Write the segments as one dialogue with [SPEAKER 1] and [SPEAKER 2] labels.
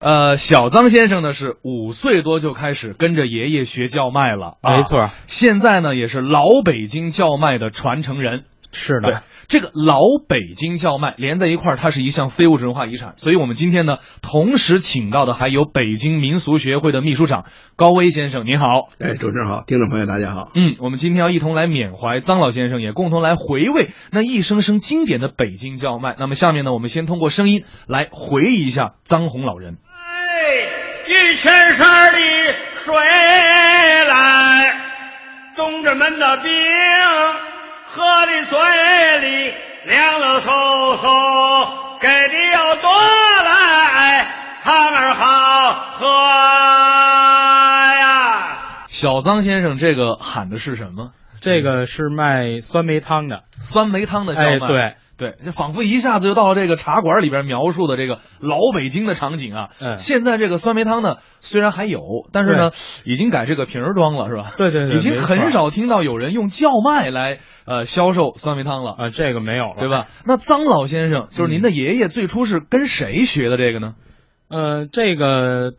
[SPEAKER 1] 呃，小张先生呢是五岁多就开始跟着爷爷学叫卖了，啊
[SPEAKER 2] 没错。
[SPEAKER 1] 现在呢也是老北京叫卖的传承人。
[SPEAKER 2] 是
[SPEAKER 1] 对
[SPEAKER 2] 的，，
[SPEAKER 1] 这个老北京叫卖连在一块儿，它是一项非物质文化遗产。所以我们今天呢，同时请到的还有北京民俗学会的秘书长高威先生，您好。
[SPEAKER 3] 哎，主持人好，听众朋友大家好。
[SPEAKER 1] 嗯，我们今天要一同来缅怀张老先生，也共同来回味那一声声经典的北京叫卖。那么下面呢，我们先通过声音来回忆一下张红老人。
[SPEAKER 4] 哎，一千山里水来，东直门的冰喝的嘴里凉了飕飕，给的要多来，汤儿好喝呀。
[SPEAKER 1] 小张先生这个喊的是什么？
[SPEAKER 2] 这个是卖酸梅汤的，
[SPEAKER 1] 酸梅汤的叫卖。
[SPEAKER 2] 哎对
[SPEAKER 1] 对，这仿佛一下子就到这个茶馆里边描述的这个老北京的场景啊。
[SPEAKER 2] 嗯
[SPEAKER 1] 现在这个酸梅汤呢，虽然还有，但是呢，已经改这个瓶儿装了，是吧？
[SPEAKER 2] 对对对
[SPEAKER 1] 已经
[SPEAKER 2] 没错
[SPEAKER 1] 很少听到有人用叫卖来呃销售酸梅汤了。
[SPEAKER 2] 啊，这个没有了，
[SPEAKER 1] 对？吧？那张老先生，就是您的爷爷，最初是跟谁学的这个呢？
[SPEAKER 2] 呃，这个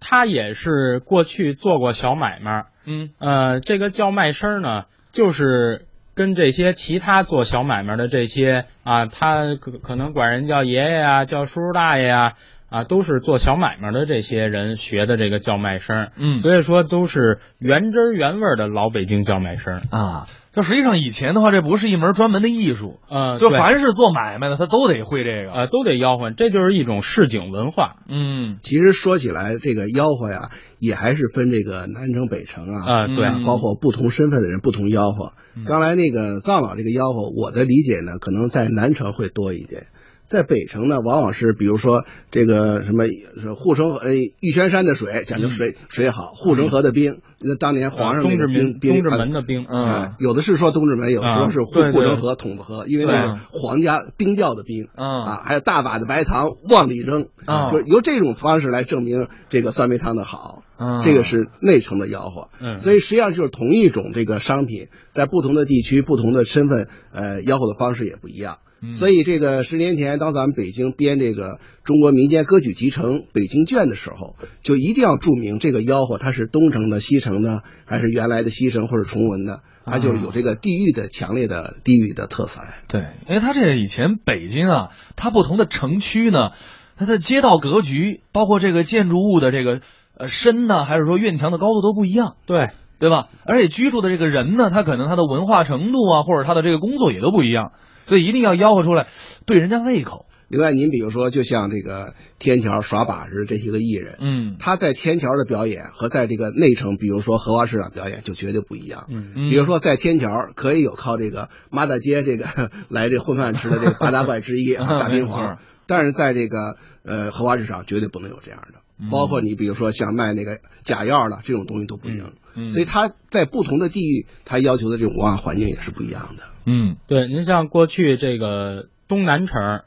[SPEAKER 2] 他也是过去做过小买卖，
[SPEAKER 1] 嗯，
[SPEAKER 2] 呃，这个叫卖声呢，就是跟这些其他做小买卖的这些啊，他可可能管人叫爷爷啊，叫叔叔大爷啊，啊，都是做小买卖的这些人学的这个叫卖声，
[SPEAKER 1] 嗯
[SPEAKER 2] 所以说都是原汁儿原味儿的老北京叫卖声，
[SPEAKER 1] 啊，就实际上以前的话，这不是一门专门的艺术，
[SPEAKER 2] 呃，
[SPEAKER 1] 就
[SPEAKER 2] 对
[SPEAKER 1] 凡是做买卖的，他都得会这个。
[SPEAKER 2] 呃，都得吆喝，这就是一种市井文化
[SPEAKER 1] 嗯
[SPEAKER 3] 其实说起来，这个吆喝呀，也还是分这个南城北城啊，
[SPEAKER 2] 啊、对，
[SPEAKER 1] 嗯
[SPEAKER 3] 包括不同身份的人不同吆喝。
[SPEAKER 2] 嗯
[SPEAKER 3] 刚才那个藏老这个吆喝，我的理解呢，可能在南城会多一点。在北城呢，往往是比如说这个什么是护城河呃玉泉山的水讲究水、
[SPEAKER 2] 嗯
[SPEAKER 3] 水好，护城河的冰，那当年皇上
[SPEAKER 2] 东
[SPEAKER 3] 那
[SPEAKER 2] 直
[SPEAKER 3] 个
[SPEAKER 2] 门东
[SPEAKER 3] 冰冰
[SPEAKER 2] 直
[SPEAKER 3] 呃
[SPEAKER 2] 门的兵，
[SPEAKER 1] 嗯
[SPEAKER 3] 哎有的是说东直门，有的
[SPEAKER 2] 啊
[SPEAKER 3] 说是护
[SPEAKER 2] 对对
[SPEAKER 3] 护城河、筒子河，因为那是皇家冰窖的冰
[SPEAKER 1] 嗯
[SPEAKER 3] 啊，还有大把的白糖往里扔
[SPEAKER 1] 啊
[SPEAKER 3] 就是由这种方式来证明这个酸梅汤的好
[SPEAKER 1] 嗯。
[SPEAKER 3] 这个是内城的吆喝，
[SPEAKER 2] 嗯
[SPEAKER 3] 所以实际上就是同一种这个商品，在不同的地区、不同的身份，呃，吆喝的方式也不一样。所以这个十年前，当咱们北京编这个中国民间歌曲集成《北京卷》的时候，就一定要注明这个吆喝它是东城的、西城的，还是原来的西城或者崇文的，它就是有这个地域的强烈的地域的特色。
[SPEAKER 1] 对，因为他这以前北京啊，它不同的城区呢，它的街道格局，包括这个建筑物的这个呃深呢，还是说院墙的高度都不一样。
[SPEAKER 2] 对，
[SPEAKER 1] 对吧？而且居住的这个人呢，他可能他的文化程度啊，或者他的这个工作也都不一样，所以一定要吆喝出来，对人家胃口。
[SPEAKER 3] 另外，您比如说，就像这个天桥耍把式这些个艺人，
[SPEAKER 1] 嗯
[SPEAKER 3] 他在天桥的表演和在这个内城，比如说荷花市场表演，就绝对不一样。
[SPEAKER 2] 嗯
[SPEAKER 1] 嗯
[SPEAKER 3] 比如说在天桥可以有靠这个马大街这个 来这混饭吃的这个八大怪之一 啊，大冰
[SPEAKER 1] 没错
[SPEAKER 3] 皇，但是在这个呃荷花市场绝对不能有这样的。
[SPEAKER 1] 嗯
[SPEAKER 3] 包括你比如说像卖那个假药了这种东西都不行，
[SPEAKER 1] 嗯嗯
[SPEAKER 3] 所以他在不同的地域，他要求的这种文化环境也是不一样的。
[SPEAKER 1] 嗯
[SPEAKER 2] 对，您像过去这个东南城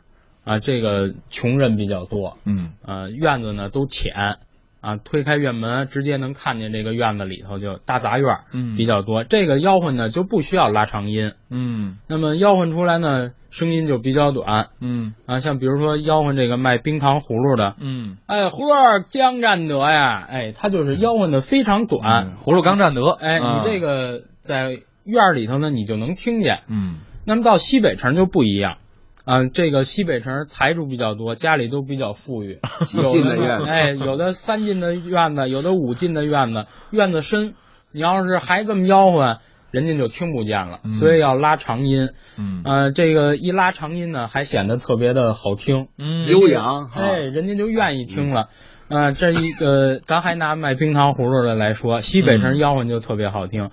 [SPEAKER 2] 啊，这个穷人比较多，
[SPEAKER 1] 嗯
[SPEAKER 2] 呃，院子呢都浅啊，推开院门直接能看见这个院子里头就大杂院，
[SPEAKER 1] 嗯
[SPEAKER 2] 比较多。这个吆喝呢就不需要拉长音，
[SPEAKER 1] 嗯
[SPEAKER 2] 那么吆喝出来呢声音就比较短
[SPEAKER 1] 嗯
[SPEAKER 2] 啊，像比如说吆喝这个卖冰糖葫芦的，
[SPEAKER 1] 嗯，
[SPEAKER 2] 哎，葫芦儿江占德呀，哎，他就是吆喝的非常短。
[SPEAKER 1] 葫芦刚占得，
[SPEAKER 2] 哎，
[SPEAKER 1] 嗯啊
[SPEAKER 2] 你这，个在院儿里头呢，你就能听见。
[SPEAKER 1] 嗯
[SPEAKER 2] 那么到西北城就不一样，啊，这个西北城财主比较多，家里都比较富裕，
[SPEAKER 1] 啊
[SPEAKER 3] 几
[SPEAKER 2] 有
[SPEAKER 3] 进的
[SPEAKER 2] 呢
[SPEAKER 3] 院子
[SPEAKER 2] 哎，有的三进的院子，有的五进的院子，院子深，你要是还这么吆喝，人家就听不见了，所以要拉长音。
[SPEAKER 1] 嗯
[SPEAKER 2] 呃，这个一拉长音呢，还显得特别的好听。
[SPEAKER 1] 嗯
[SPEAKER 3] 悠扬啊，
[SPEAKER 2] 哎，人家就愿意听了。呃，这一 个，咱还拿卖冰糖葫芦的来说，西北城吆喝就特别好
[SPEAKER 3] 嗯
[SPEAKER 2] 听。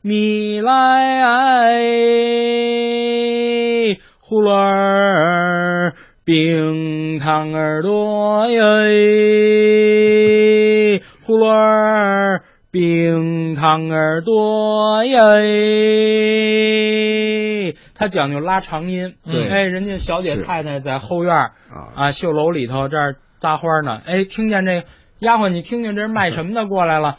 [SPEAKER 2] 米来哎，葫芦儿，冰糖耳朵耶，葫芦儿，冰糖耳朵耶。他讲究拉长音，
[SPEAKER 3] 对
[SPEAKER 2] 哎，人家小姐
[SPEAKER 3] 是
[SPEAKER 2] 太太在后院儿
[SPEAKER 3] 啊
[SPEAKER 2] 啊，绣楼里头这儿扎花呢。哎，听见这丫鬟，你听听这是卖什么的过来了？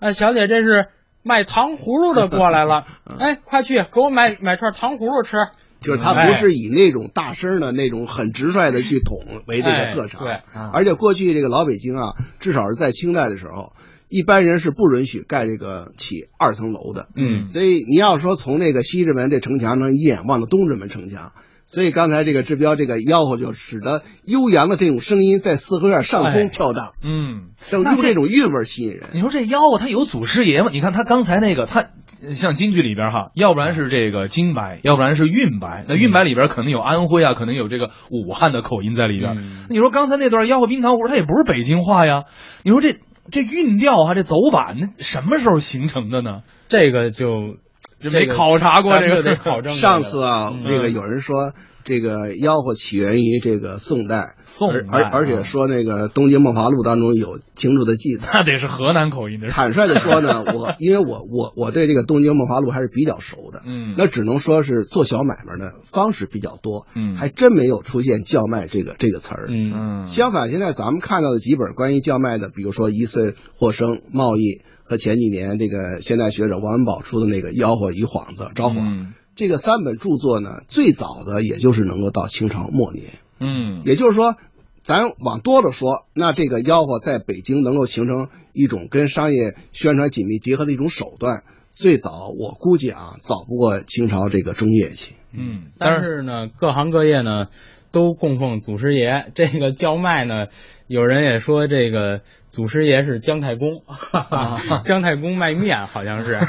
[SPEAKER 2] 啊，小姐， 这是卖糖葫芦的过来了。哎，快去给我买买串糖葫芦吃。
[SPEAKER 3] 就是他不是以那种大声的那种很直率的去捅为这个特长。
[SPEAKER 2] 哎
[SPEAKER 1] 对啊
[SPEAKER 3] 而且过去这个老北京啊，至少是在清代的时候，一般人是不允许盖这个起二层楼的。
[SPEAKER 1] 嗯
[SPEAKER 3] 所以你要说从这个西直门这城墙能一眼望到东直门城墙，所以刚才这个志彪这个吆喝就使得悠扬的这种声音在四合院上
[SPEAKER 2] 哎
[SPEAKER 3] 空跳荡，
[SPEAKER 1] 嗯，
[SPEAKER 3] 用
[SPEAKER 1] 那
[SPEAKER 3] 用
[SPEAKER 1] 这
[SPEAKER 3] 这种韵味吸引人。
[SPEAKER 1] 你说这吆喝他有祖师爷吗？你看他刚才那个，他呃像京剧里边哈，要不然是这个京白，要不然是韵白。那韵白里边可能有安徽啊，可能有这个武汉的口音在里边。
[SPEAKER 2] 嗯
[SPEAKER 1] 你说刚才那段吆喝冰糖葫芦，它也不是北京话呀。你说这这韵调啊，这走板，那什么时候形成的呢？
[SPEAKER 2] 这个就
[SPEAKER 1] 这
[SPEAKER 2] 这
[SPEAKER 1] 没
[SPEAKER 2] 个
[SPEAKER 1] 考察过
[SPEAKER 2] 咱
[SPEAKER 1] 这
[SPEAKER 2] 们
[SPEAKER 1] 个
[SPEAKER 2] 就得考证。
[SPEAKER 3] 上次，啊，
[SPEAKER 2] 嗯
[SPEAKER 3] 那个有人说这个吆喝起源于这个宋代，
[SPEAKER 1] 宋代啊
[SPEAKER 2] 啊
[SPEAKER 3] 而而而且说那个《东京梦华录》当中有清楚的记载。
[SPEAKER 1] 那得是河南口音的。
[SPEAKER 3] 坦率的说呢，我因为我我我对这个《东京梦华录》还是比较熟的，
[SPEAKER 1] 嗯
[SPEAKER 3] 那只能说是做小买卖的方式比较多，
[SPEAKER 1] 嗯
[SPEAKER 3] 还真没有出现叫卖这个这个词儿。
[SPEAKER 2] 嗯，
[SPEAKER 1] 嗯，
[SPEAKER 3] 相反，现在咱们看到的几本关于叫卖的，比如说一岁获生、贸易和前几年这个现代学者王文宝出的那个《吆喝与幌子》《招幌》
[SPEAKER 1] 嗯
[SPEAKER 3] 这个三本著作呢，最早的也就是能够到清朝末年，
[SPEAKER 1] 嗯
[SPEAKER 3] 也就是说，咱往多了说，那这个吆喝在北京能够形成一种跟商业宣传紧密结合的一种手段，最早我估计啊，早不过清朝这个中叶期。
[SPEAKER 1] 嗯，
[SPEAKER 2] 但是呢，各行各业呢都供奉祖师爷。这个叫卖呢，有人也说这个祖师爷是姜太 公，哈哈，姜太公卖面好像是，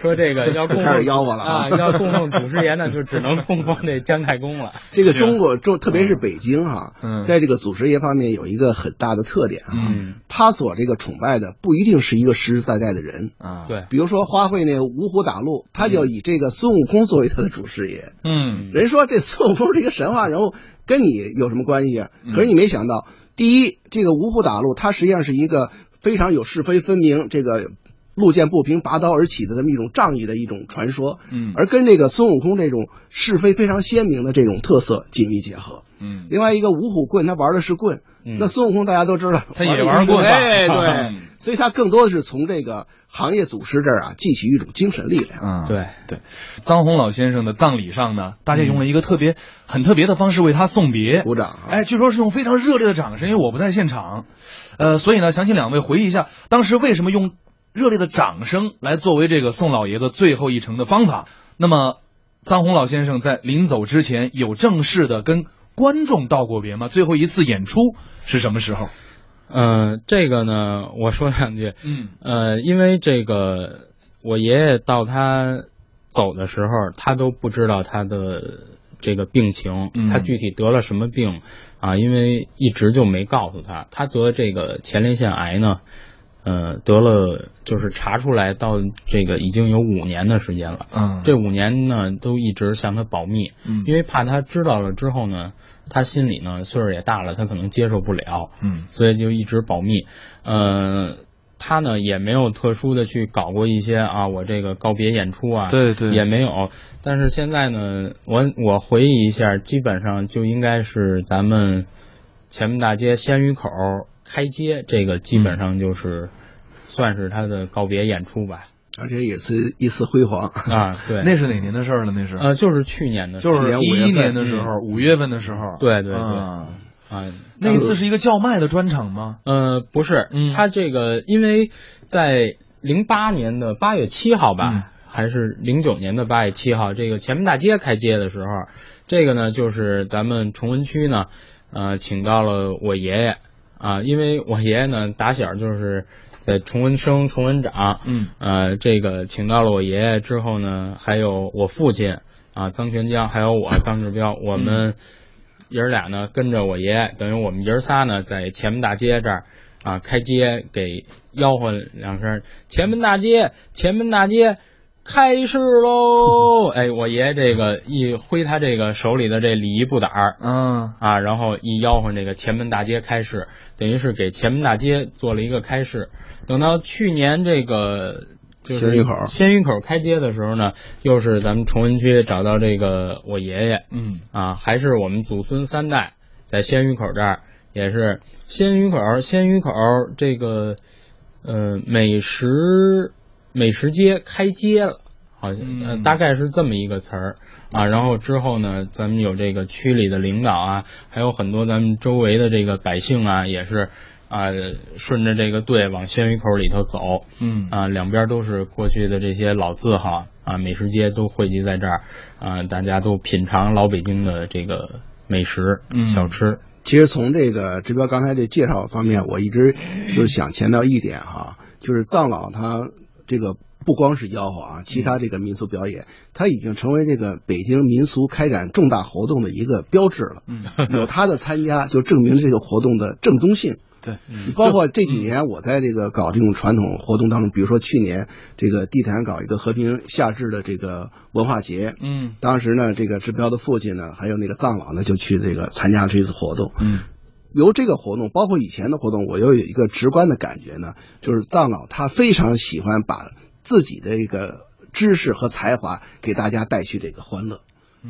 [SPEAKER 2] 说这个要供
[SPEAKER 3] 开
[SPEAKER 2] 奉
[SPEAKER 3] 始吆喝了
[SPEAKER 2] 啊，要供奉祖师爷呢，就只能供奉这姜太公了。
[SPEAKER 3] 这个中国中，特别是北京哈、
[SPEAKER 1] 嗯
[SPEAKER 3] 在这个祖师爷方面有一个很大的特点哈、
[SPEAKER 2] 嗯
[SPEAKER 3] 他所这个崇拜的不一定是一个实实在在的人。
[SPEAKER 1] 啊，
[SPEAKER 2] 对，
[SPEAKER 3] 比如说花卉那五虎打鹿，他就以这个孙悟空作为他的主师爷。
[SPEAKER 1] 嗯
[SPEAKER 3] 人说这孙悟空这个神话人物跟你有什么关系啊？
[SPEAKER 1] 嗯
[SPEAKER 3] 可是你没想到，第一，这个五虎打鹿，它实际上是一个非常有是非分明、这个路见不平拔刀而起的这么一种仗义的一种传说，
[SPEAKER 1] 嗯
[SPEAKER 3] 而跟这个孙悟空这种是非非常鲜明的这种特色紧密结合。
[SPEAKER 1] 嗯
[SPEAKER 3] 另外一个五虎棍，他玩的是棍，
[SPEAKER 2] 嗯
[SPEAKER 3] 那孙悟空大家都知道，
[SPEAKER 1] 他也
[SPEAKER 3] 的是
[SPEAKER 1] 玩棍
[SPEAKER 3] 哎，
[SPEAKER 1] 嗯
[SPEAKER 3] 对，所以他更多的是从这个行业祖师这儿啊汲取一种精神力量。
[SPEAKER 1] 啊，
[SPEAKER 2] 对
[SPEAKER 1] 对，臧洪老先生的葬礼上呢，大家用了一个特别、很特别的方式为他送别，
[SPEAKER 3] 鼓掌啊
[SPEAKER 1] 哎，据说是用非常热烈的掌声，因为我不在现场，呃，所以呢，想请两位回忆一下当时为什么用热烈的掌声来作为这个宋老爷子最后一程的方法。那么，臧洪老先生在临走之前有正式的跟观众道过别吗？最后一次演出是什么时候？
[SPEAKER 2] 嗯、这个呢，我说两句。
[SPEAKER 1] 嗯
[SPEAKER 2] 呃，因为这个，我爷爷到他走的时候，他都不知道他的这个病情，
[SPEAKER 1] 嗯
[SPEAKER 2] 他具体得了什么病啊？因为一直就没告诉他，他得这个前列腺癌呢，呃，得了就是查出来到这个已经有五年的时间了。
[SPEAKER 1] 嗯
[SPEAKER 2] 这五年呢，都一直向他保密，
[SPEAKER 1] 嗯
[SPEAKER 2] 因为怕他知道了之后呢，他心里呢岁数也大了，他可能接受不了，
[SPEAKER 1] 嗯
[SPEAKER 2] 所以就一直保密。呃，他呢也没有特殊的去搞过一些啊，我这个告别演出啊，
[SPEAKER 1] 对对
[SPEAKER 2] 也没有。但是现在呢，我我回忆一下，基本上就应该是咱们前门大街鲜鱼口开街，这个基本上就是、算是他的告别演出吧。
[SPEAKER 3] 而且也是一丝辉煌。
[SPEAKER 2] 啊，对，
[SPEAKER 1] 那是哪年的事儿了？那是、
[SPEAKER 2] 呃就是去年的事，
[SPEAKER 1] 就是
[SPEAKER 3] 年五
[SPEAKER 1] 一
[SPEAKER 3] 月
[SPEAKER 1] 一
[SPEAKER 3] 份
[SPEAKER 1] 年的时候，五月份的时候，
[SPEAKER 2] 对对对
[SPEAKER 1] 啊
[SPEAKER 2] 啊。
[SPEAKER 1] 那一次是一个叫卖的专场吗？
[SPEAKER 2] 呃，不是，
[SPEAKER 1] 嗯
[SPEAKER 2] 他这个因为在零八年的八月七号吧，
[SPEAKER 1] 嗯
[SPEAKER 2] 还是零九年的八月七号，这个前门大街开街的时候，这个呢就是咱们崇文区呢，呃，请到了我爷爷啊、因为我爷爷呢打小就是在崇文生、崇文长，
[SPEAKER 1] 嗯，
[SPEAKER 2] 呃，这个请到了我爷爷之后呢，还有我父亲啊、臧全江，还有我臧志彪，我们爷儿俩呢跟着我爷爷，等于我们爷儿仨呢在前门大街这儿啊开街给吆喝两声，前门大街，前门大街。开市喽！ 哎，我爷爷这个一挥他这个手里的这礼仪布袋儿，
[SPEAKER 1] 啊，
[SPEAKER 2] 啊，然后一吆喝那个前门大街开市，等于是给前门大街做了一个开市。等到去年这个就是
[SPEAKER 3] 鲜鱼口
[SPEAKER 2] 鲜鱼口开街的时候呢，又是咱们崇文区找到这个我爷爷
[SPEAKER 1] 嗯
[SPEAKER 2] 啊，还是我们祖孙三代在鲜鱼口这儿，也是鲜鱼口鲜鱼口这个呃美食美食街开街了。好像、
[SPEAKER 1] 嗯
[SPEAKER 2] 呃、大概是这么一个词儿啊。然后之后呢，咱们有这个区里的领导啊，还有很多咱们周围的这个百姓啊，也是啊、顺着这个队往鲜鱼口里头走。
[SPEAKER 1] 嗯
[SPEAKER 2] 啊，两边都是过去的这些老字号啊，美食街都汇集在这儿啊，大家都品尝老北京的这个美食、
[SPEAKER 1] 嗯
[SPEAKER 2] 小吃。
[SPEAKER 3] 其实从这个志彪刚才这介绍方面，我一直就是想强调一点哈，就是藏老他这个不光是吆喝啊，其他这个民俗表演，它已经成为这个北京民俗开展重大活动的一个标志了。有他的参加，就证明这个活动的正宗性。
[SPEAKER 1] 对，
[SPEAKER 3] 包括这几年我在这个搞这种传统活动当中，比如说去年这个地坛搞一个和平夏至的这个文化节，
[SPEAKER 1] 嗯
[SPEAKER 3] 当时呢，这个志彪的父亲呢，还有那个藏老呢，就去这个参加了这次活动。
[SPEAKER 1] 嗯，
[SPEAKER 3] 由这个活动，包括以前的活动，我又有一个直观的感觉呢，就是藏老他非常喜欢把自己的这个知识和才华给大家带去这个欢乐。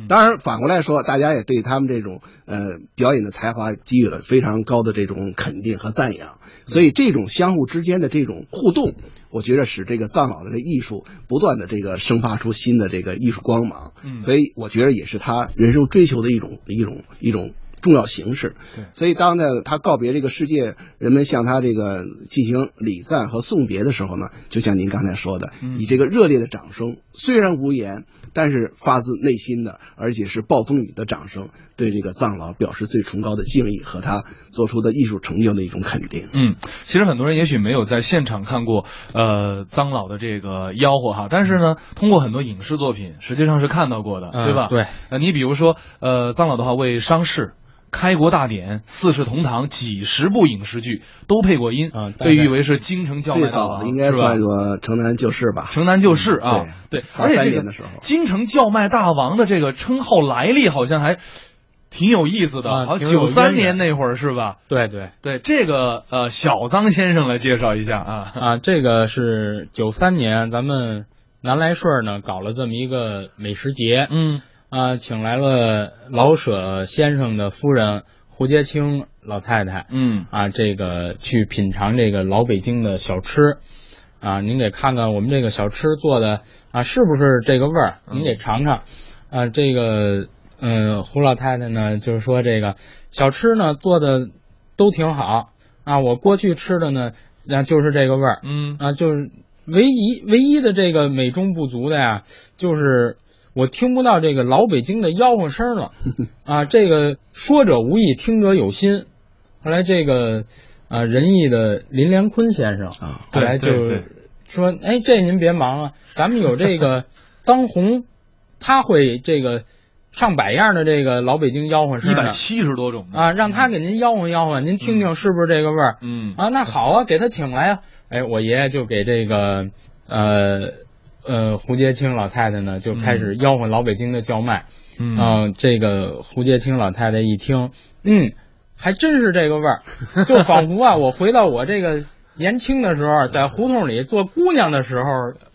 [SPEAKER 3] 当然，反过来说，大家也对他们这种呃表演的才华给予了非常高的这种肯定和赞扬，所以这种相互之间的这种互动，我觉得使这个藏老的这艺术不断的这个生发出新的这个艺术光芒，
[SPEAKER 1] 嗯
[SPEAKER 3] 所以我觉得也是他人生追求的一种一种一种重要形式。所以当呢他告别这个世界，人们向他这个进行礼赞和送别的时候呢，就像您刚才说的，
[SPEAKER 2] 嗯
[SPEAKER 3] 以这个热烈的掌声，虽然无言，但是发自内心的，而且是暴风雨的掌声，对这个藏老表示最崇高的敬意和他做出的艺术成就的一种肯定。
[SPEAKER 1] 嗯，其实很多人也许没有在现场看过，呃，张老的这个吆喝哈，但是呢，通过很多影视作品，实际上是看到过的，
[SPEAKER 2] 嗯
[SPEAKER 1] 对吧？
[SPEAKER 2] 对。
[SPEAKER 1] 呃，你比如说，呃，张老的话为商事。开国大典、四世同堂，几十部影视剧都配过音，
[SPEAKER 2] 啊大概
[SPEAKER 1] 被誉为是京城叫卖
[SPEAKER 3] 最
[SPEAKER 1] 大
[SPEAKER 3] 早
[SPEAKER 1] 王
[SPEAKER 3] 的应该
[SPEAKER 1] 是吧
[SPEAKER 3] 算作城南旧事吧。
[SPEAKER 1] 城南旧事啊，对，
[SPEAKER 3] 八
[SPEAKER 1] 而且
[SPEAKER 3] 三
[SPEAKER 1] 这
[SPEAKER 3] 年
[SPEAKER 1] 个
[SPEAKER 3] 的时候
[SPEAKER 1] 京城叫卖大王的这个称号来历好像还挺有意思的，
[SPEAKER 2] 啊
[SPEAKER 1] 好像
[SPEAKER 2] 挺
[SPEAKER 1] 九
[SPEAKER 2] 有
[SPEAKER 1] 三
[SPEAKER 2] 渊源
[SPEAKER 1] 年那会儿是吧？
[SPEAKER 2] 对对
[SPEAKER 1] 对，这个呃，小张先生来介绍一下啊，
[SPEAKER 2] 啊，这个是九三年咱们南来顺呢搞了这么一个美食节，
[SPEAKER 1] 嗯
[SPEAKER 2] 啊，请来了老舍先生的夫人胡洁清老太太，
[SPEAKER 1] 嗯
[SPEAKER 2] 啊，这个去品尝这个老北京的小吃，啊，您给看看我们这个小吃做的啊是不是这个味儿，您给尝尝，啊，这个嗯，胡老太太呢就是说这个小吃呢做的都挺好，啊，我过去吃的呢那、就是这个味儿，
[SPEAKER 1] 嗯
[SPEAKER 2] 啊，就是唯一唯一的这个美中不足的呀，就是我听不到这个老北京的吆喝 声了啊。这个说者无意，听者有心。后来这个啊，仁义的林连坤先生
[SPEAKER 3] 啊
[SPEAKER 2] 后来
[SPEAKER 1] 对对
[SPEAKER 2] 就
[SPEAKER 1] 对
[SPEAKER 2] 说：“哎，这您别忙啊，咱们有 这个张红，他会这个上百样的这个老北京吆喝声
[SPEAKER 1] 一百
[SPEAKER 2] 呢
[SPEAKER 1] 七十多种呢，
[SPEAKER 2] 啊，让他给您吆喝吆喝，您听听是不是这个味儿？”
[SPEAKER 1] 嗯
[SPEAKER 2] 啊，那好啊，给他请来啊。哎，我爷爷就给这个呃呃胡洁清老太太呢，
[SPEAKER 3] 嗯
[SPEAKER 2] 就开始吆喝老北京的叫卖。
[SPEAKER 1] 嗯
[SPEAKER 2] 啊这个胡洁清老太太一听，嗯，还真是这个味 儿，就仿佛啊，我回到我这个。年轻的时候，在胡同里做姑娘的时候，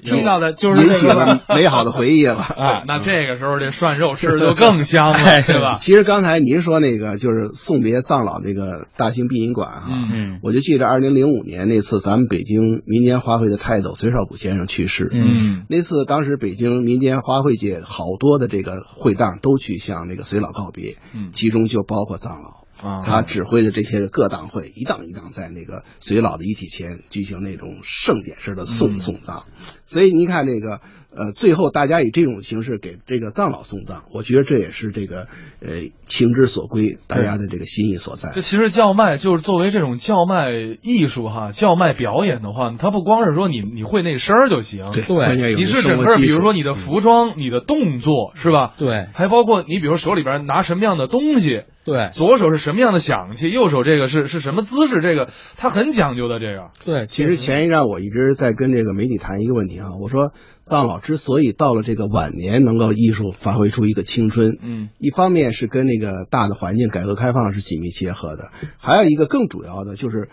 [SPEAKER 2] 听到的就是
[SPEAKER 3] 引
[SPEAKER 2] 这
[SPEAKER 3] 起
[SPEAKER 2] 个味儿
[SPEAKER 3] 了美好的回忆 了。
[SPEAKER 2] 啊。
[SPEAKER 1] 那这个时候这涮肉吃的就更香了，
[SPEAKER 2] 哎
[SPEAKER 1] 对吧？
[SPEAKER 3] 其实刚才您说那个就是送别藏老那个大兴殡仪馆啊哈、
[SPEAKER 2] 嗯
[SPEAKER 3] 我就记着二零零五年那次咱们北京民间花卉的泰斗隋少普先生去世，
[SPEAKER 1] 嗯
[SPEAKER 3] 那次当时北京民间花卉界好多的这个会档都去向那个隋老告别，
[SPEAKER 1] 嗯
[SPEAKER 3] 其中就包括藏老。
[SPEAKER 1] 啊
[SPEAKER 3] 他指挥的这些各党会一档一档在那个隋老的遗体前举行那种盛典式的
[SPEAKER 1] 嗯
[SPEAKER 3] 送送葬，所以您看这个呃，最后大家以这种形式给这个藏老送葬，我觉得这也是这个呃情之所归，大家的这个心意所在
[SPEAKER 1] 这。其实叫卖就是作为这种叫卖艺术哈，叫卖表演的话，它不光是说你你会那声儿就行，
[SPEAKER 3] 对，
[SPEAKER 2] 对
[SPEAKER 3] 关键有
[SPEAKER 1] 你
[SPEAKER 3] 这
[SPEAKER 1] 是
[SPEAKER 3] 生
[SPEAKER 1] 整
[SPEAKER 3] 活嗯
[SPEAKER 1] 个
[SPEAKER 3] 技
[SPEAKER 1] 比如
[SPEAKER 3] 术
[SPEAKER 1] 说你的服装、你的动作是吧？
[SPEAKER 2] 对
[SPEAKER 1] 还包括你比如手里边拿什么样的东西，
[SPEAKER 2] 对
[SPEAKER 1] 左手是什么样的响器，右手这个是是什么姿势，这个它很讲究的这个。
[SPEAKER 2] 对，
[SPEAKER 3] 其实前一站我一直在跟这个媒体谈一个问题啊，我说藏老之所以到了这个晚年能够艺术发挥出一个青春，
[SPEAKER 1] 嗯，
[SPEAKER 3] 一方面是跟那个大的环境改革开放是紧密结合的，还有一个更主要的就是。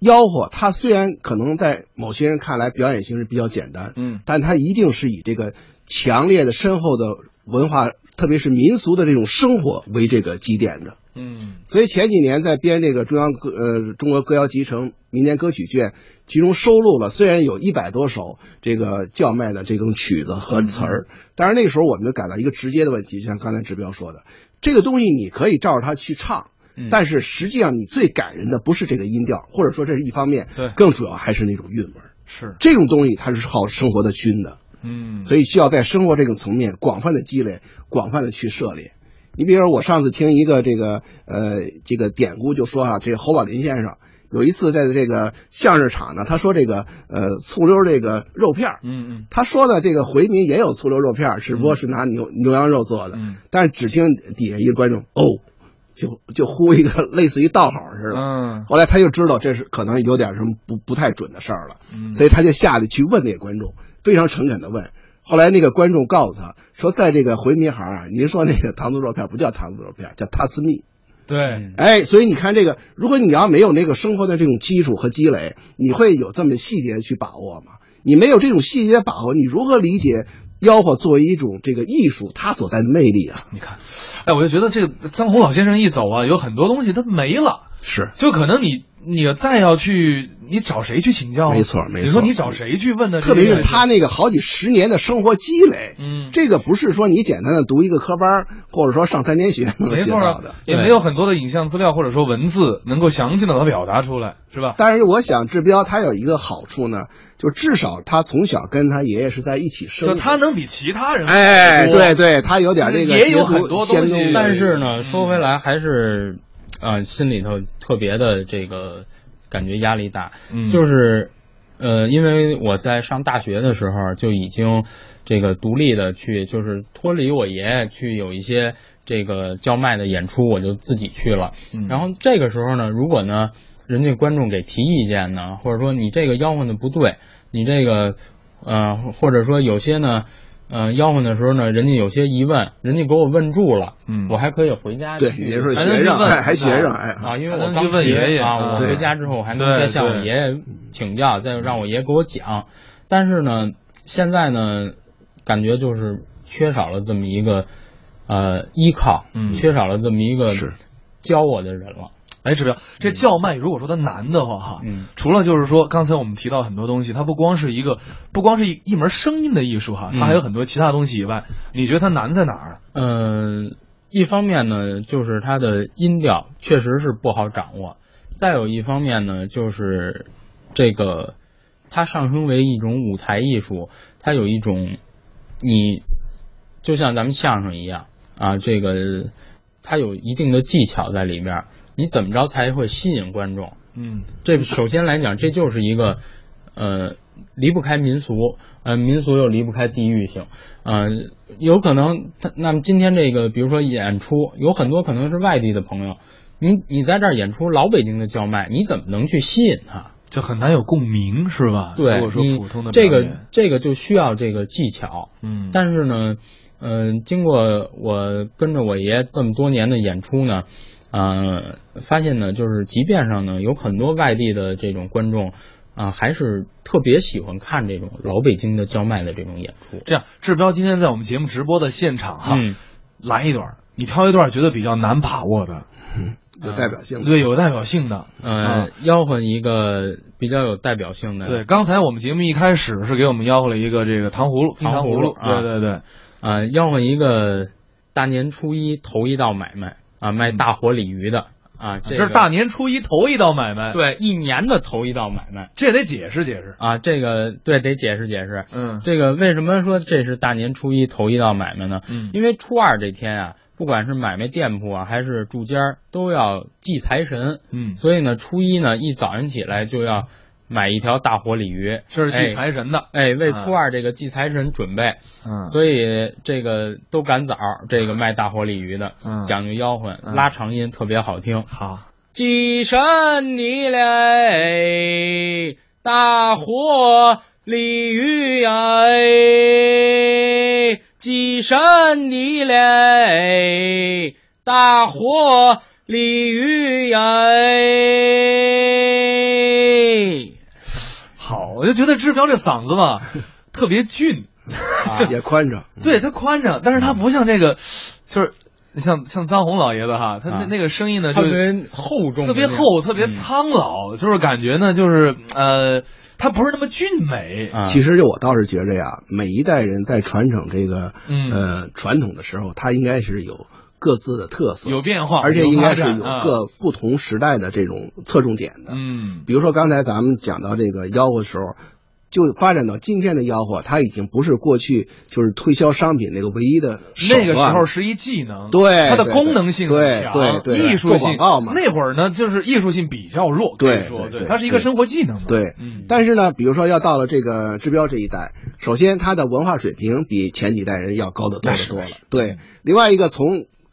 [SPEAKER 3] 吆喝，它虽然可能在某些人看来表演形式比较简单，
[SPEAKER 1] 嗯，
[SPEAKER 3] 但它一定是以这个强烈的、深厚的文化特别是民俗的这种生活为这个基点的。
[SPEAKER 1] 嗯
[SPEAKER 3] 所以前几年在编这个中央歌呃中国歌谣集成民间歌曲卷，其中收录了虽然有一百多首这个叫卖的这种曲子和词儿，
[SPEAKER 1] 嗯
[SPEAKER 3] 但是那个时候我们就感到一个直接的问题，就像刚才指标说的，这个东西你可以照着它去唱
[SPEAKER 1] 嗯。
[SPEAKER 3] 但是实际上，你最感人的不是这个音调，或者说这是一方面，
[SPEAKER 1] 对
[SPEAKER 3] 更主要还是那种韵味儿。
[SPEAKER 1] 是
[SPEAKER 3] 这种东西它是靠生活的熏的，
[SPEAKER 1] 嗯
[SPEAKER 3] 所以需要在生活这个层面广泛的积累，广泛的去涉猎。你比如说，我上次听一个这个呃这个典故，就说啊，这个侯宝林先生有一次在这个相声场呢，他说这个呃醋溜这个肉片儿，
[SPEAKER 1] 嗯嗯
[SPEAKER 3] 他说的这个回民也有醋溜肉片儿，只不过是拿牛牛羊肉做的
[SPEAKER 1] 嗯，
[SPEAKER 3] 但是只听底下一个观众哦，就就呼一个类似于道号似的。
[SPEAKER 1] 嗯
[SPEAKER 3] 后来他就知道这是可能有点什么不不太准的事儿了，
[SPEAKER 1] 嗯
[SPEAKER 3] 所以他就下去去问那个观众，非常诚恳的问。后来那个观众告诉他说，在这个回民行啊，您说那个糖醋肉片不叫糖醋肉片，叫塔斯密。
[SPEAKER 1] 对
[SPEAKER 3] 哎，所以你看这个，如果你要没有那个生活的这种基础和积累，你会有这么细节去把握吗？你没有这种细节把握，你如何理解吆喝作为一种这个艺术它所在的魅力啊？
[SPEAKER 1] 你看，哎，我就觉得这个臧洪老先生一走啊，有很多东西他没了，
[SPEAKER 3] 是
[SPEAKER 1] 就可能你你再要去，你找谁去请教啊？
[SPEAKER 3] 没错没错
[SPEAKER 1] 你说你找谁去问呢？
[SPEAKER 3] 特别
[SPEAKER 1] 这
[SPEAKER 3] 是
[SPEAKER 1] 个
[SPEAKER 3] 他，那个好几十年的生活积累，
[SPEAKER 1] 嗯，
[SPEAKER 3] 这个不是说你简单的读一个科班儿，或者说上三年学能
[SPEAKER 1] 没
[SPEAKER 3] 学
[SPEAKER 1] 错
[SPEAKER 3] 到
[SPEAKER 1] 啊
[SPEAKER 3] 的。，
[SPEAKER 1] 也
[SPEAKER 2] 对
[SPEAKER 1] 没有很多的影像资料或者说文字能够详尽的把它表达出来，是吧？
[SPEAKER 3] 但是我想志彪他有一个好处呢，就至少他从小跟他爷爷是在一起生
[SPEAKER 1] 就
[SPEAKER 3] 活。
[SPEAKER 1] 他能比其他人
[SPEAKER 3] 哎，
[SPEAKER 1] 多
[SPEAKER 3] 对对，他有点这个
[SPEAKER 1] 也有
[SPEAKER 3] 捷足
[SPEAKER 1] 很多东西
[SPEAKER 3] 先登的
[SPEAKER 2] 但
[SPEAKER 3] 这个
[SPEAKER 2] 是呢，说回来还
[SPEAKER 1] 嗯
[SPEAKER 2] 是，啊，心里头特别的这个感觉压力大，
[SPEAKER 1] 嗯
[SPEAKER 2] 就是，呃，因为我在上大学的时候就已经这个独立的去，就是脱离我爷爷去有一些这个叫卖的演出，我就自己去了。
[SPEAKER 1] 嗯
[SPEAKER 2] 然后这个时候呢，如果呢人家观众给提意见呢，或者说你这个吆喝的不对，你这个呃，或者说有些呢。呃，吆喝的时候呢，人家有些疑问，人家给我问住了，
[SPEAKER 1] 嗯
[SPEAKER 2] 我还可以回家
[SPEAKER 3] 对
[SPEAKER 2] 去
[SPEAKER 3] 你就是
[SPEAKER 1] 还
[SPEAKER 3] 学
[SPEAKER 1] 能
[SPEAKER 3] 生，
[SPEAKER 1] 去问
[SPEAKER 3] 还还学生，哎，
[SPEAKER 2] 啊，因
[SPEAKER 1] 还
[SPEAKER 2] 为我
[SPEAKER 1] 能
[SPEAKER 2] 刚
[SPEAKER 1] 去问
[SPEAKER 2] 学
[SPEAKER 1] 爷爷
[SPEAKER 2] 啊，我
[SPEAKER 1] 对
[SPEAKER 2] 回家之后我还能
[SPEAKER 1] 对
[SPEAKER 2] 再向我
[SPEAKER 1] 对
[SPEAKER 2] 爷爷请教，再让我爷爷给我讲。但是呢，现在呢，感觉就是缺少了这么一个呃依靠，
[SPEAKER 1] 嗯
[SPEAKER 2] 缺少了这么一个
[SPEAKER 3] 是
[SPEAKER 2] 教我的人了。
[SPEAKER 1] 哎，指标，这叫卖如果说它难的话，哈，
[SPEAKER 2] 嗯
[SPEAKER 1] 除了就是说刚才我们提到很多东西，它不光是一个，不光是一一门声音的艺术哈，它
[SPEAKER 2] 嗯
[SPEAKER 1] 还有很多其他东西以外，你觉得它难在哪儿？
[SPEAKER 2] 嗯，一方面呢，就是它的音调确实是不好掌握；再有一方面呢，就是这个它上升为一种舞台艺术，它有一种你就像咱们相声一样啊，这个它有一定的技巧在里边儿，你怎么着才会吸引观众？
[SPEAKER 1] 嗯
[SPEAKER 2] 这首先来讲，这就是一个呃离不开民俗，呃民俗又离不开地域性，呃有可能他那么今天这个比如说演出，有很多可能是外地的朋友，你你在这儿演出老北京的叫卖，你怎么能去吸引他？
[SPEAKER 1] 就很难有共鸣，是吧？
[SPEAKER 2] 对
[SPEAKER 1] 如果，说
[SPEAKER 2] 你
[SPEAKER 1] 普通的表
[SPEAKER 2] 这
[SPEAKER 1] 演
[SPEAKER 2] 个，这个就需要这个技巧，
[SPEAKER 1] 嗯，
[SPEAKER 2] 但是呢，嗯、经过我跟着我爷这么多年的演出呢，呃，发现呢，就是即便上呢，有很多外地的这种观众啊、还是特别喜欢看这种老北京的叫卖的这种演出。
[SPEAKER 1] 这样，志标今天在我们节目直播的现场哈，
[SPEAKER 2] 嗯，
[SPEAKER 1] 来一段，你挑一段觉得比较难把握的，
[SPEAKER 3] 有代表性的。
[SPEAKER 1] 对，有代表性的，啊
[SPEAKER 2] 呃，吆喝一个比较有代表性的，
[SPEAKER 1] 对，，刚才我们节目一开始是给我们吆喝了一个这个糖葫芦，
[SPEAKER 2] 糖
[SPEAKER 1] 糖葫
[SPEAKER 2] 葫芦
[SPEAKER 1] 芦，
[SPEAKER 2] 啊
[SPEAKER 1] 对对对，
[SPEAKER 2] 呃，吆喝一个大年初一头一道买卖啊、卖大火鲤鱼的啊，
[SPEAKER 1] 嗯这
[SPEAKER 2] 个
[SPEAKER 1] 是大年初一头一道买卖，，
[SPEAKER 2] 对一年的头一道买卖
[SPEAKER 1] 这也得解释解释，
[SPEAKER 2] 啊，这个对得解释解释，
[SPEAKER 1] 嗯
[SPEAKER 2] 这个为什么说这是大年初一头一道买卖呢？
[SPEAKER 1] 嗯
[SPEAKER 2] 因为初二这天啊，不管是买卖店铺啊，还是住家儿，都要祭财神，
[SPEAKER 1] 嗯，
[SPEAKER 2] 所以呢，初一呢一早上起来就要买一条大活鲤鱼，
[SPEAKER 1] 这是祭
[SPEAKER 2] 哎
[SPEAKER 1] 财神的，
[SPEAKER 2] 哎，为
[SPEAKER 1] 啊
[SPEAKER 2] 初二这个祭财神准备，
[SPEAKER 1] 嗯
[SPEAKER 2] 所以这个都赶早，这个卖大活鲤鱼的、
[SPEAKER 1] 嗯
[SPEAKER 2] 讲究吆喝，
[SPEAKER 1] 嗯
[SPEAKER 2] 拉长音特别好听。
[SPEAKER 1] 好，
[SPEAKER 2] 祭神你来，大火鲤鱼哎，祭神你来，大火鲤鱼哎。
[SPEAKER 1] 好，我就觉得志彪这嗓子 吧，特别俊，
[SPEAKER 2] 嗯
[SPEAKER 3] 啊也宽敞，
[SPEAKER 1] 对他宽敞，但是他不像这个就是像像张红老爷子哈，他那、
[SPEAKER 2] 啊
[SPEAKER 1] 那个声音呢，
[SPEAKER 2] 特
[SPEAKER 1] 就是
[SPEAKER 2] 别厚重的那种，
[SPEAKER 1] 特别厚，特别
[SPEAKER 2] 嗯
[SPEAKER 1] 苍老，就是感觉呢，就是呃，他不是那么俊美，
[SPEAKER 2] 啊，
[SPEAKER 3] 其实就我倒是觉着呀，每一代人在传承这个
[SPEAKER 1] 嗯
[SPEAKER 3] 呃传统的时候，它应该是有各自的特色，
[SPEAKER 1] 有变化，
[SPEAKER 3] 而且
[SPEAKER 1] 有
[SPEAKER 3] 应
[SPEAKER 1] 发
[SPEAKER 3] 该是
[SPEAKER 1] 展
[SPEAKER 3] 有
[SPEAKER 1] 啊
[SPEAKER 3] 各不同时代的这种侧重点的。
[SPEAKER 1] 嗯
[SPEAKER 3] 比如说刚才咱们讲到这个吆喝的时候，就发展到今天的吆喝，它已经不是过去就是推销商品那个唯一的手
[SPEAKER 1] 那个时
[SPEAKER 3] 段
[SPEAKER 1] 候
[SPEAKER 3] 了
[SPEAKER 1] 是一技能，
[SPEAKER 3] 对
[SPEAKER 1] 它的
[SPEAKER 3] 对
[SPEAKER 1] 功能性很
[SPEAKER 3] 对
[SPEAKER 1] 强，
[SPEAKER 3] 对对
[SPEAKER 1] 艺术
[SPEAKER 3] 做
[SPEAKER 1] 性
[SPEAKER 3] 广告嘛
[SPEAKER 1] 那会儿呢，就是艺术性比较弱，可以
[SPEAKER 3] 对
[SPEAKER 1] 说
[SPEAKER 3] 对
[SPEAKER 1] 对，
[SPEAKER 3] 对
[SPEAKER 1] 它是一个
[SPEAKER 3] 对
[SPEAKER 1] 生活技能嘛，
[SPEAKER 3] 对
[SPEAKER 1] 嗯，
[SPEAKER 3] 但是呢，比如说要到了这个志标这一代，首先他的文化水平比前几代人要高得多得多了。对，另外一个从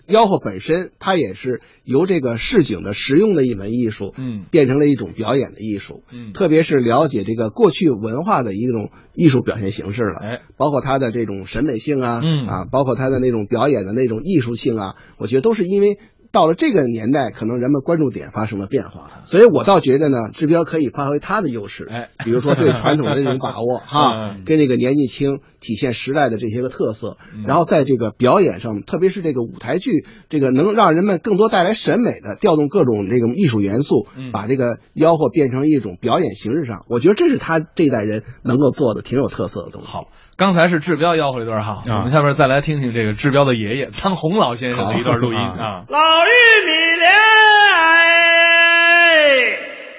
[SPEAKER 3] 吆喝本身，它也是由这个市井的实用的一门艺术，
[SPEAKER 1] 嗯
[SPEAKER 3] 变成了一种表演的艺术。
[SPEAKER 1] 嗯
[SPEAKER 3] 特别是了解这个过去文化的一种艺术表现形式了，
[SPEAKER 1] 哎
[SPEAKER 3] 包括它的这种审美性啊，
[SPEAKER 1] 嗯
[SPEAKER 3] 啊，包括它的那种表演的那种艺术性啊，我觉得都是因为到了这个年代，可能人们关注点发生了变化，所以我倒觉得呢，志标可以发挥它的优势，
[SPEAKER 1] 嗯哎
[SPEAKER 3] 比如说对传统的那种把 握哈
[SPEAKER 1] 嗯，
[SPEAKER 3] 跟这个年纪轻体现时代的这些个特色
[SPEAKER 1] 嗯，
[SPEAKER 3] 然后在这个表演上，特别是这个舞台剧，这个能让人们更多带来审美的，调动各种这种艺术元素
[SPEAKER 1] 嗯，
[SPEAKER 3] 把这个吆喝变成一种表演形式上，我觉得这是他这代人能够做的挺有特色的东西。好，
[SPEAKER 1] 刚才是志彪吆喝了一段哈，
[SPEAKER 2] 啊
[SPEAKER 1] 我们下边再来听听这个志彪的爷爷张洪老先生的一段录音
[SPEAKER 2] 好
[SPEAKER 1] 啊，
[SPEAKER 4] 老玉米嘞，哎，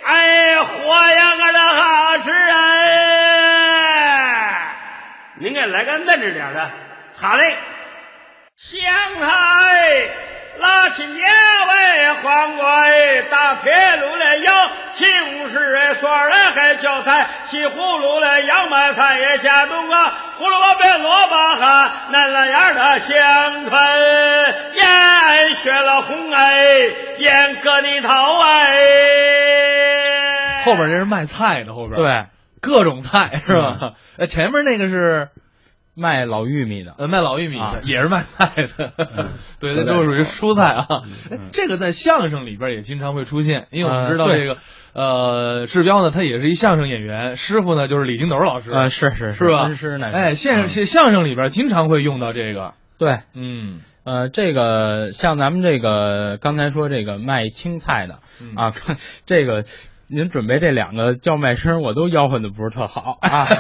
[SPEAKER 4] 哎，花样个的好吃哎！您给来个嫩着点的，好嘞。香菜、拉起年味、黄瓜哎，大铁炉来腰，西红柿哎，蒜儿哎，还韭菜，西葫芦来洋白菜哎，加冬瓜，胡萝卜变萝卜哈，那那样的香椿烟雪了红哎，腌疙里头哎。
[SPEAKER 1] 后边这是卖菜的，后边
[SPEAKER 2] 对，
[SPEAKER 1] 各种菜是吧？呃，前面那个是
[SPEAKER 2] 卖老玉米的，
[SPEAKER 1] 呃卖老玉米
[SPEAKER 2] 啊
[SPEAKER 1] 的，也是卖菜的， 对，那
[SPEAKER 3] 说得
[SPEAKER 1] 都属于蔬菜啊
[SPEAKER 2] 嗯。
[SPEAKER 1] 这个在相声里边也经常会出现，因为我们
[SPEAKER 2] 呃
[SPEAKER 1] 知道
[SPEAKER 2] 对
[SPEAKER 1] 这个呃志彪呢，他也是一相声演员，师傅呢就是李金斗老师，
[SPEAKER 2] 呃，是是
[SPEAKER 1] 是吧
[SPEAKER 2] 恩师？那是
[SPEAKER 1] 哎，相
[SPEAKER 2] 嗯
[SPEAKER 1] 相相声里边经常会用到这个，
[SPEAKER 2] 对，
[SPEAKER 1] 嗯
[SPEAKER 2] 呃，这个像咱们这个刚才说这个卖青菜的
[SPEAKER 1] 嗯
[SPEAKER 2] 啊， 这个您准备这两个叫卖声，我都吆喝的不是特好啊。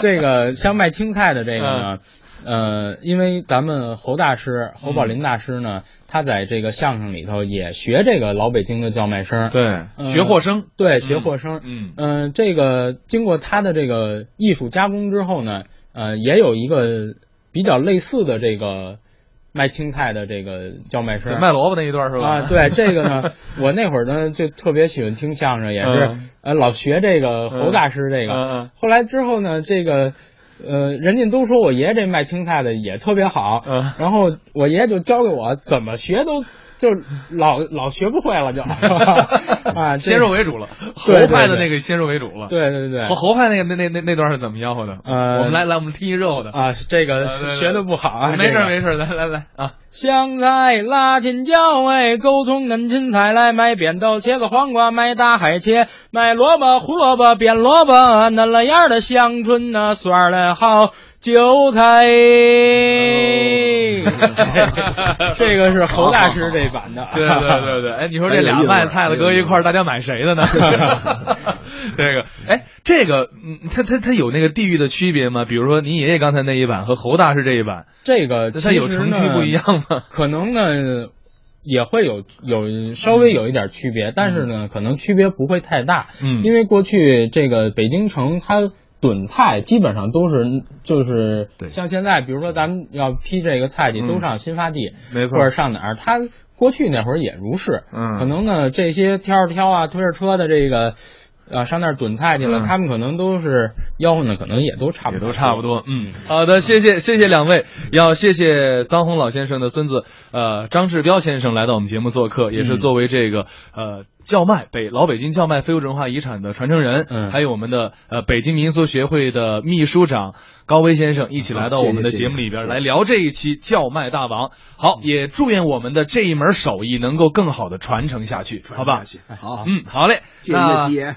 [SPEAKER 2] 这个像卖青菜的这个呢，
[SPEAKER 1] 嗯
[SPEAKER 2] 呃，因为咱们侯大师侯宝林大师呢，他在这个相声里头也学这个老北京的叫卖声，
[SPEAKER 1] 对，
[SPEAKER 2] 嗯
[SPEAKER 1] 学货生，
[SPEAKER 2] 对，学货声，
[SPEAKER 1] 嗯
[SPEAKER 2] 嗯、这个经过他的这个艺术加工之后呢，呃，也有一个比较类似的这个卖青菜的这个叫卖
[SPEAKER 1] 对
[SPEAKER 2] 声。
[SPEAKER 1] 卖萝卜那一段是吧？
[SPEAKER 2] 啊，对这个 呢， 我那会儿呢就特别喜欢听相声，也是、
[SPEAKER 1] 嗯
[SPEAKER 2] 呃老学这个侯大师这个。
[SPEAKER 1] 嗯嗯嗯
[SPEAKER 2] 后来之后呢，这个呃人家都说我爷爷这卖青菜的也特别好，
[SPEAKER 1] 嗯
[SPEAKER 2] 然后我爷爷就教给我怎么学都就老老学不 会了就啊，这
[SPEAKER 1] 先入为主了， 侯
[SPEAKER 2] 对对
[SPEAKER 1] 派的
[SPEAKER 2] 对
[SPEAKER 1] 那个先入为主了。
[SPEAKER 2] 对对对
[SPEAKER 1] 侯，侯派那个那那那那段是怎么吆喝的？
[SPEAKER 2] 呃
[SPEAKER 1] 我们来来，我们听一热乎的。
[SPEAKER 2] 啊，这
[SPEAKER 1] 呃对
[SPEAKER 2] 个
[SPEAKER 1] 对
[SPEAKER 2] 学的不好啊，
[SPEAKER 1] 没事
[SPEAKER 2] 这个
[SPEAKER 1] 儿没事儿，来来来 啊，
[SPEAKER 2] 香菜、辣青椒，哎，勾葱、嫩青菜来买扁豆、茄子、黄瓜，买大海茄，买萝卜、胡萝卜、扁萝卜，那了样的香椿呐、蒜儿嘞好，韭菜。 这个是侯大师这版的，
[SPEAKER 1] 哦
[SPEAKER 2] 啊
[SPEAKER 1] 对对对对，哎，你说这俩卖菜的搁一块儿，大家买谁 的呢？ 这个，哎，这个，嗯，他他他有那个地域的区别吗？比如说您爷爷刚才那一版和侯大师这一版，
[SPEAKER 2] 这个其
[SPEAKER 1] 它有
[SPEAKER 2] 实
[SPEAKER 1] 城
[SPEAKER 2] 呢
[SPEAKER 1] 区不一样吗？
[SPEAKER 2] 可能呢也会有有稍微有一点区别，但是呢，可能区别不会太大，
[SPEAKER 1] 嗯
[SPEAKER 2] 因为过去这个北京城它。炖菜基本上都是就是
[SPEAKER 3] 对
[SPEAKER 2] 像现在，比如说咱们要批这个菜去，
[SPEAKER 1] 嗯
[SPEAKER 2] 都上新发地，
[SPEAKER 1] 没错
[SPEAKER 2] 或者上哪儿？它过去那会儿也如是，
[SPEAKER 1] 嗯
[SPEAKER 2] 可能呢这些挑着挑啊、推着车的这个，啊上那儿炖菜去了，
[SPEAKER 1] 嗯
[SPEAKER 2] 他们可能都是吆喝呢，可能也都差不
[SPEAKER 1] 也
[SPEAKER 2] 多，
[SPEAKER 1] 都差不多。嗯，好的，谢谢谢谢两位，要谢谢张洪老先生的孙子，呃，张志彪先生来到我们节目做客，也是
[SPEAKER 2] 嗯
[SPEAKER 1] 作为这个呃叫卖北老北京叫卖非物质文化遗产的传承人，
[SPEAKER 2] 嗯
[SPEAKER 1] 还有我们的呃北京民俗学会的秘书长高威先生一起来到我们的
[SPEAKER 3] 啊谢谢
[SPEAKER 1] 节目里边
[SPEAKER 3] 谢谢嗯
[SPEAKER 1] 来聊这一期叫卖大王。好，也祝愿我们的这一门手艺能够更好的传承下去，好吧？
[SPEAKER 3] 好，
[SPEAKER 1] 嗯，好嘞，
[SPEAKER 3] 谢谢你
[SPEAKER 1] 那
[SPEAKER 3] 的吉言。